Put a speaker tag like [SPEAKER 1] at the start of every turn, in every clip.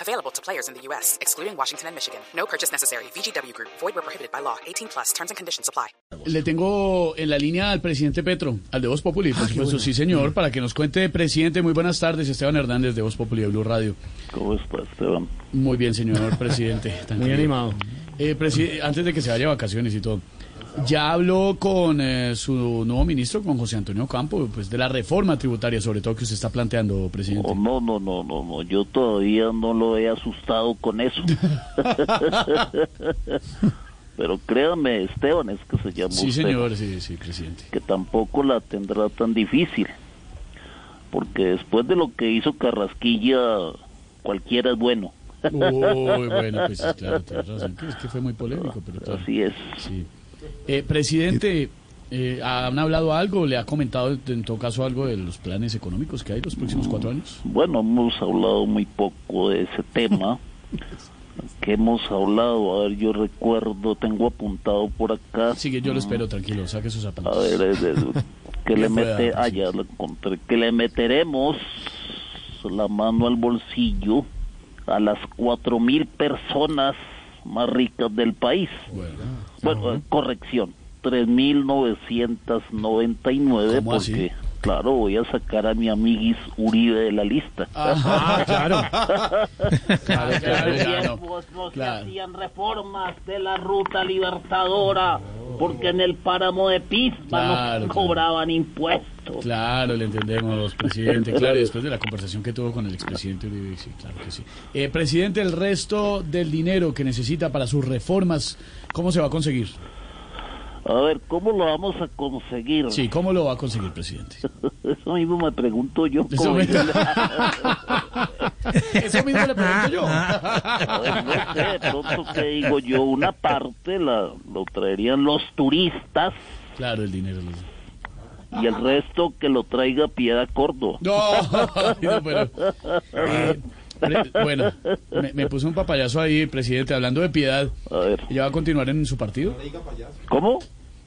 [SPEAKER 1] Available to players in the U.S., excluding Washington and Michigan. No purchase necessary. VGW Group, void were prohibited by law. 18 plus terms and conditions apply.
[SPEAKER 2] Le tengo en la línea al presidente Petro, al de Voz Populi, por supuesto, sí señor, para que nos cuente, presidente, muy buenas tardes, Esteban Hernández de Voz Populi de Blue Radio.
[SPEAKER 3] ¿Cómo está Esteban?
[SPEAKER 2] Muy bien, señor presidente. Muy animado. antes de que se vaya a vacaciones y todo, ya habló con eh, su nuevo ministro, con José Antonio Campo, pues de la reforma tributaria, sobre todo que usted está planteando, presidente.
[SPEAKER 3] Oh, no, no, no, no, no, yo todavía no lo he asustado con eso. Pero créame, Esteban, es que se llama
[SPEAKER 2] Sí,
[SPEAKER 3] usted,
[SPEAKER 2] señor, sí, sí, presidente.
[SPEAKER 3] que tampoco la tendrá tan difícil. Porque después de lo que hizo Carrasquilla, cualquiera es bueno.
[SPEAKER 2] Uy, bueno, pues sí, claro, tienes razón. Es que fue muy polémico, pero claro.
[SPEAKER 3] Así es.
[SPEAKER 2] Sí. Eh, presidente, eh, ¿han hablado algo? ¿Le ha comentado en todo caso algo de los planes económicos que hay los próximos cuatro años?
[SPEAKER 3] Bueno, hemos hablado muy poco de ese tema. que hemos hablado? A ver, yo recuerdo, tengo apuntado por acá.
[SPEAKER 2] Sigue, yo lo espero, tranquilo, saque sus
[SPEAKER 3] A
[SPEAKER 2] zapatos.
[SPEAKER 3] ver, es de- que
[SPEAKER 2] Ya
[SPEAKER 3] le
[SPEAKER 2] fue,
[SPEAKER 3] mete,
[SPEAKER 2] Ana,
[SPEAKER 3] ah,
[SPEAKER 2] sí.
[SPEAKER 3] ya lo encontré, que le meteremos la mano al bolsillo a las cuatro mil personas más ricas del país.
[SPEAKER 2] Bueno,
[SPEAKER 3] Bueno, eh, corrección, tres mil novecientas noventa y nueve,
[SPEAKER 2] ¿Cómo así?
[SPEAKER 3] porque claro, voy a sacar a mi amiguis Uribe de la lista.
[SPEAKER 2] claro, claro, Ah, ya no.
[SPEAKER 3] no
[SPEAKER 2] Claro.
[SPEAKER 3] hacían reformas de la ruta libertadora, porque en el páramo de Pisma
[SPEAKER 2] Claro, claro.
[SPEAKER 3] cobraban impuestos.
[SPEAKER 2] Claro, le entendemos, presidente. Claro, y después de la conversación que tuvo con el expresidente Uribe, sí, claro que sí. Eh, presidente, el resto del dinero que necesita para sus reformas, ¿cómo se va a conseguir?
[SPEAKER 3] A ver, ¿cómo lo vamos a conseguir?
[SPEAKER 2] Sí, ¿cómo lo va a conseguir, presidente?
[SPEAKER 3] Eso mismo me pregunto yo.
[SPEAKER 2] Eso
[SPEAKER 3] como
[SPEAKER 2] me-
[SPEAKER 3] yo le-
[SPEAKER 2] Eso mismo le pregunto yo.
[SPEAKER 3] a ver, no sé, de pronto que digo yo, una parte la, lo traerían los turistas
[SPEAKER 2] Claro, el dinero. lo-
[SPEAKER 3] y el resto que lo traiga Piedad Córdoba.
[SPEAKER 2] No, no, pero, eh, pre- bueno, me, me puso un papayazo ahí, presidente, hablando de piedad.
[SPEAKER 3] A ver,
[SPEAKER 2] ¿Ella va a continuar en su partido?
[SPEAKER 3] ¿cómo?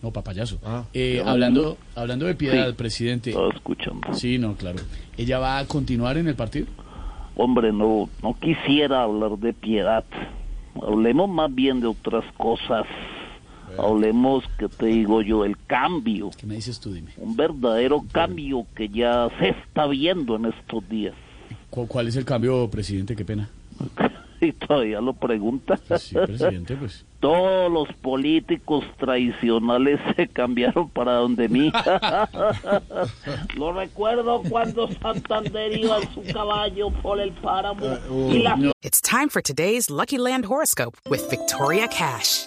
[SPEAKER 2] No, papayazo. Eh, hablando, hablando de piedad,
[SPEAKER 3] Ah, Sí.
[SPEAKER 2] presidente.
[SPEAKER 3] Estaba escuchando.
[SPEAKER 2] Sí, no, claro. ¿Ella va a continuar en el partido?
[SPEAKER 3] Hombre, no, no quisiera hablar de piedad. Hablemos más bien de otras cosas. Hablemos, que te digo yo, el cambio.
[SPEAKER 2] ¿Qué me dices tú? Dime.
[SPEAKER 3] Un verdadero cambio que ya se está viendo en estos días.
[SPEAKER 2] ¿Cu- ¿Cuál es el cambio, presidente? Qué pena.
[SPEAKER 3] Y todavía lo pregunta.
[SPEAKER 2] Pues sí, presidente, pues.
[SPEAKER 3] Todos los políticos tradicionales se cambiaron para donde mí. lo recuerdo cuando Santander iba en su caballo por el páramo
[SPEAKER 2] Ah,
[SPEAKER 3] y la
[SPEAKER 1] It's time for today's Lucky Land horoscope with Victoria Cash.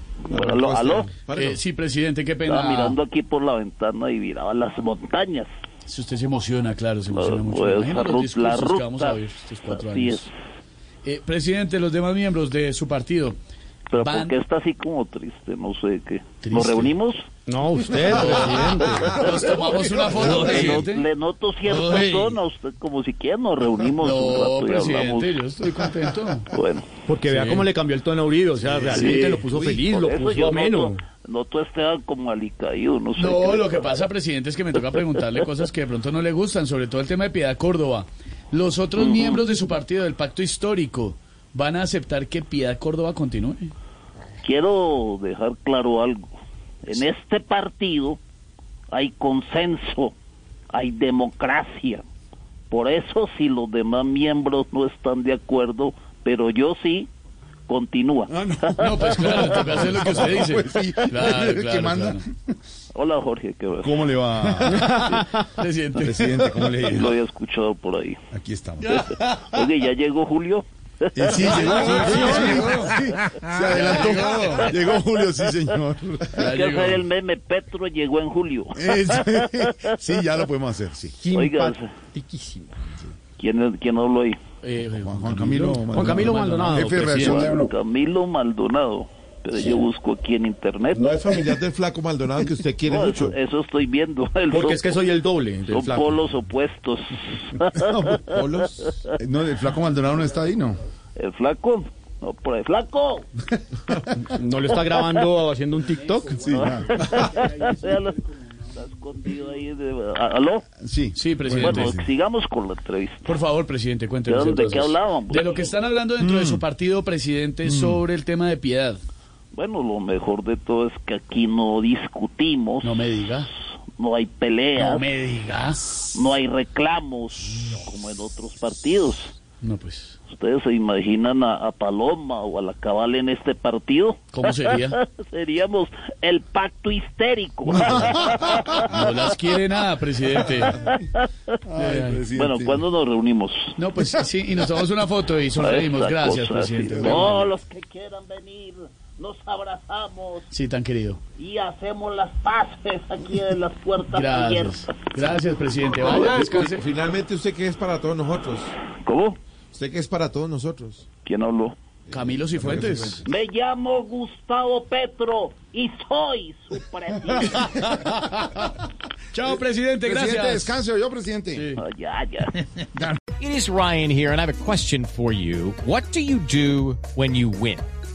[SPEAKER 3] ¿Aló? aló?
[SPEAKER 2] Eh, sí, presidente, qué
[SPEAKER 3] Estaba
[SPEAKER 2] pena.
[SPEAKER 3] mirando aquí por la ventana y miraba las montañas.
[SPEAKER 2] Si usted se emociona, claro, se emociona
[SPEAKER 3] Ah,
[SPEAKER 2] mucho.
[SPEAKER 3] pues,
[SPEAKER 2] Imagina
[SPEAKER 3] ru-
[SPEAKER 2] los
[SPEAKER 3] la
[SPEAKER 2] discursos que
[SPEAKER 3] ruta.
[SPEAKER 2] vamos a oír estos cuatro
[SPEAKER 3] Así
[SPEAKER 2] años.
[SPEAKER 3] es.
[SPEAKER 2] Eh, presidente, los demás miembros de su partido.
[SPEAKER 3] Pero
[SPEAKER 2] van-
[SPEAKER 3] porque está así como triste, no sé qué. ¿Nos
[SPEAKER 2] Triste.
[SPEAKER 3] reunimos?
[SPEAKER 4] No, usted,
[SPEAKER 3] pues,
[SPEAKER 4] presidente.
[SPEAKER 2] Nos tomamos una foto,
[SPEAKER 3] Le, no-
[SPEAKER 2] presidente.
[SPEAKER 3] le noto cierto
[SPEAKER 4] Ay.
[SPEAKER 3] tono a usted, como si quiera nos reunimos un
[SPEAKER 2] No,
[SPEAKER 3] rato y hablamos.
[SPEAKER 2] presidente, yo estoy contento.
[SPEAKER 3] Bueno.
[SPEAKER 4] Porque vea cómo le cambió el tono a Uribe. O sea, realmente lo puso feliz,
[SPEAKER 3] Por
[SPEAKER 4] lo
[SPEAKER 3] eso
[SPEAKER 4] puso
[SPEAKER 3] yo
[SPEAKER 4] ameno.
[SPEAKER 3] noto, noto a Esteban este como alicaído, no sé.
[SPEAKER 2] No,
[SPEAKER 3] qué.
[SPEAKER 2] lo que pasa, presidente, es que me toca preguntarle cosas que de pronto no le gustan, sobre todo el tema de Piedad Córdoba. ¿Los otros miembros de su partido, del pacto histórico, van a aceptar que Piedad Córdoba continúe?
[SPEAKER 3] Quiero dejar claro algo. En este partido hay consenso, hay democracia. Por eso si los demás miembros no están de acuerdo, pero yo sí, continúa.
[SPEAKER 2] Ah,
[SPEAKER 4] Ah,
[SPEAKER 2] No, pues claro, toca hacer lo que usted dice.
[SPEAKER 5] Pues sí,
[SPEAKER 2] Claro,
[SPEAKER 5] el que
[SPEAKER 2] claro,
[SPEAKER 5] manda.
[SPEAKER 2] claro.
[SPEAKER 3] Hola Jorge, ¿qué ves?
[SPEAKER 5] ¿Cómo le va,
[SPEAKER 2] Presidente.
[SPEAKER 5] presidente? ¿Cómo le
[SPEAKER 3] Lo había escuchado por ahí.
[SPEAKER 5] Aquí estamos.
[SPEAKER 3] Oye, ¿ya llegó Julio?
[SPEAKER 5] Eh, sí, llegó, sí, sí, sí, se adelantó. Llegó Julio, sí, señor.
[SPEAKER 3] Hay que hacer el meme, Petro llegó en julio.
[SPEAKER 5] Eh, Sí, sí, ya lo podemos hacer, sí.
[SPEAKER 3] Oiga,
[SPEAKER 4] Simpatiquísima.
[SPEAKER 3] ¿quién, es- quién habló ahí?
[SPEAKER 2] Eh,
[SPEAKER 5] Juan, Juan Camilo.
[SPEAKER 2] Juan Camilo Maldonado.
[SPEAKER 5] Jefe de redacción de
[SPEAKER 3] Juan
[SPEAKER 5] Uno.
[SPEAKER 3] Camilo Maldonado. Pero yo busco aquí en internet.
[SPEAKER 6] No es familiar del flaco Maldonado que usted quiere
[SPEAKER 3] No,
[SPEAKER 6] mucho.
[SPEAKER 3] eso, eso estoy viendo. El
[SPEAKER 4] Porque
[SPEAKER 3] son-
[SPEAKER 4] es que soy el doble del
[SPEAKER 3] son
[SPEAKER 4] flaco.
[SPEAKER 3] polos opuestos.
[SPEAKER 6] Polos.
[SPEAKER 5] Eh, No, el flaco Maldonado no está ahí, ¿no?
[SPEAKER 3] ¿El flaco? No, por el flaco.
[SPEAKER 4] ¿No lo está grabando o haciendo un TikTok?
[SPEAKER 5] Sí, ah,
[SPEAKER 3] Véalo. Está escondido ahí. de- ¿Ah, ¿Aló?
[SPEAKER 5] sí.
[SPEAKER 2] Sí, presidente.
[SPEAKER 3] Bueno, sigamos con la entrevista.
[SPEAKER 2] Por favor, presidente, cuéntenos.
[SPEAKER 3] ¿De dónde?
[SPEAKER 2] entonces.
[SPEAKER 3] ¿Qué hablábamos?
[SPEAKER 2] De lo que están hablando dentro de su partido, presidente, sobre el tema de piedad.
[SPEAKER 3] Bueno, lo mejor de todo es que aquí no discutimos,
[SPEAKER 2] No me diga.
[SPEAKER 3] no hay peleas,
[SPEAKER 2] No
[SPEAKER 3] no,
[SPEAKER 2] me diga.
[SPEAKER 3] hay reclamos como en otros partidos.
[SPEAKER 2] No, pues,
[SPEAKER 3] ¿Ustedes se imaginan a, a Paloma o a la Cabal en este partido?
[SPEAKER 2] ¿cómo sería?
[SPEAKER 3] Seríamos el pacto histérico.
[SPEAKER 2] No las quiere nada, presidente.
[SPEAKER 5] Ay, presidente.
[SPEAKER 3] bueno, ¿cuándo nos reunimos?
[SPEAKER 2] No, pues sí, y nos tomamos una foto y
[SPEAKER 3] A
[SPEAKER 2] sonreímos.
[SPEAKER 3] esta
[SPEAKER 2] Gracias,
[SPEAKER 3] cosa, sí.
[SPEAKER 2] presidente.
[SPEAKER 3] Todos los que quieran venir, nos abrazamos
[SPEAKER 2] Sí, tan querido.
[SPEAKER 3] y hacemos las paces aquí en las puertas
[SPEAKER 2] Gracias.
[SPEAKER 3] abiertas.
[SPEAKER 2] Gracias, presidente. Vaya, descanse.
[SPEAKER 6] Finalmente, ¿usted qué es para todos nosotros?
[SPEAKER 3] ¿Cómo?
[SPEAKER 6] ¿Usted qué es para todos nosotros?
[SPEAKER 3] ¿Quién habló?
[SPEAKER 2] Camilo Cifuentes.
[SPEAKER 3] Me llamo Gustavo Petro y soy su presidente.
[SPEAKER 2] Chao, presidente.
[SPEAKER 5] Presidente,
[SPEAKER 2] Gracias.
[SPEAKER 5] descanse, yo, presidente.
[SPEAKER 3] Oh, ya, ya.
[SPEAKER 7] It is Ryan here, and I have a question for you. What do you do when you win?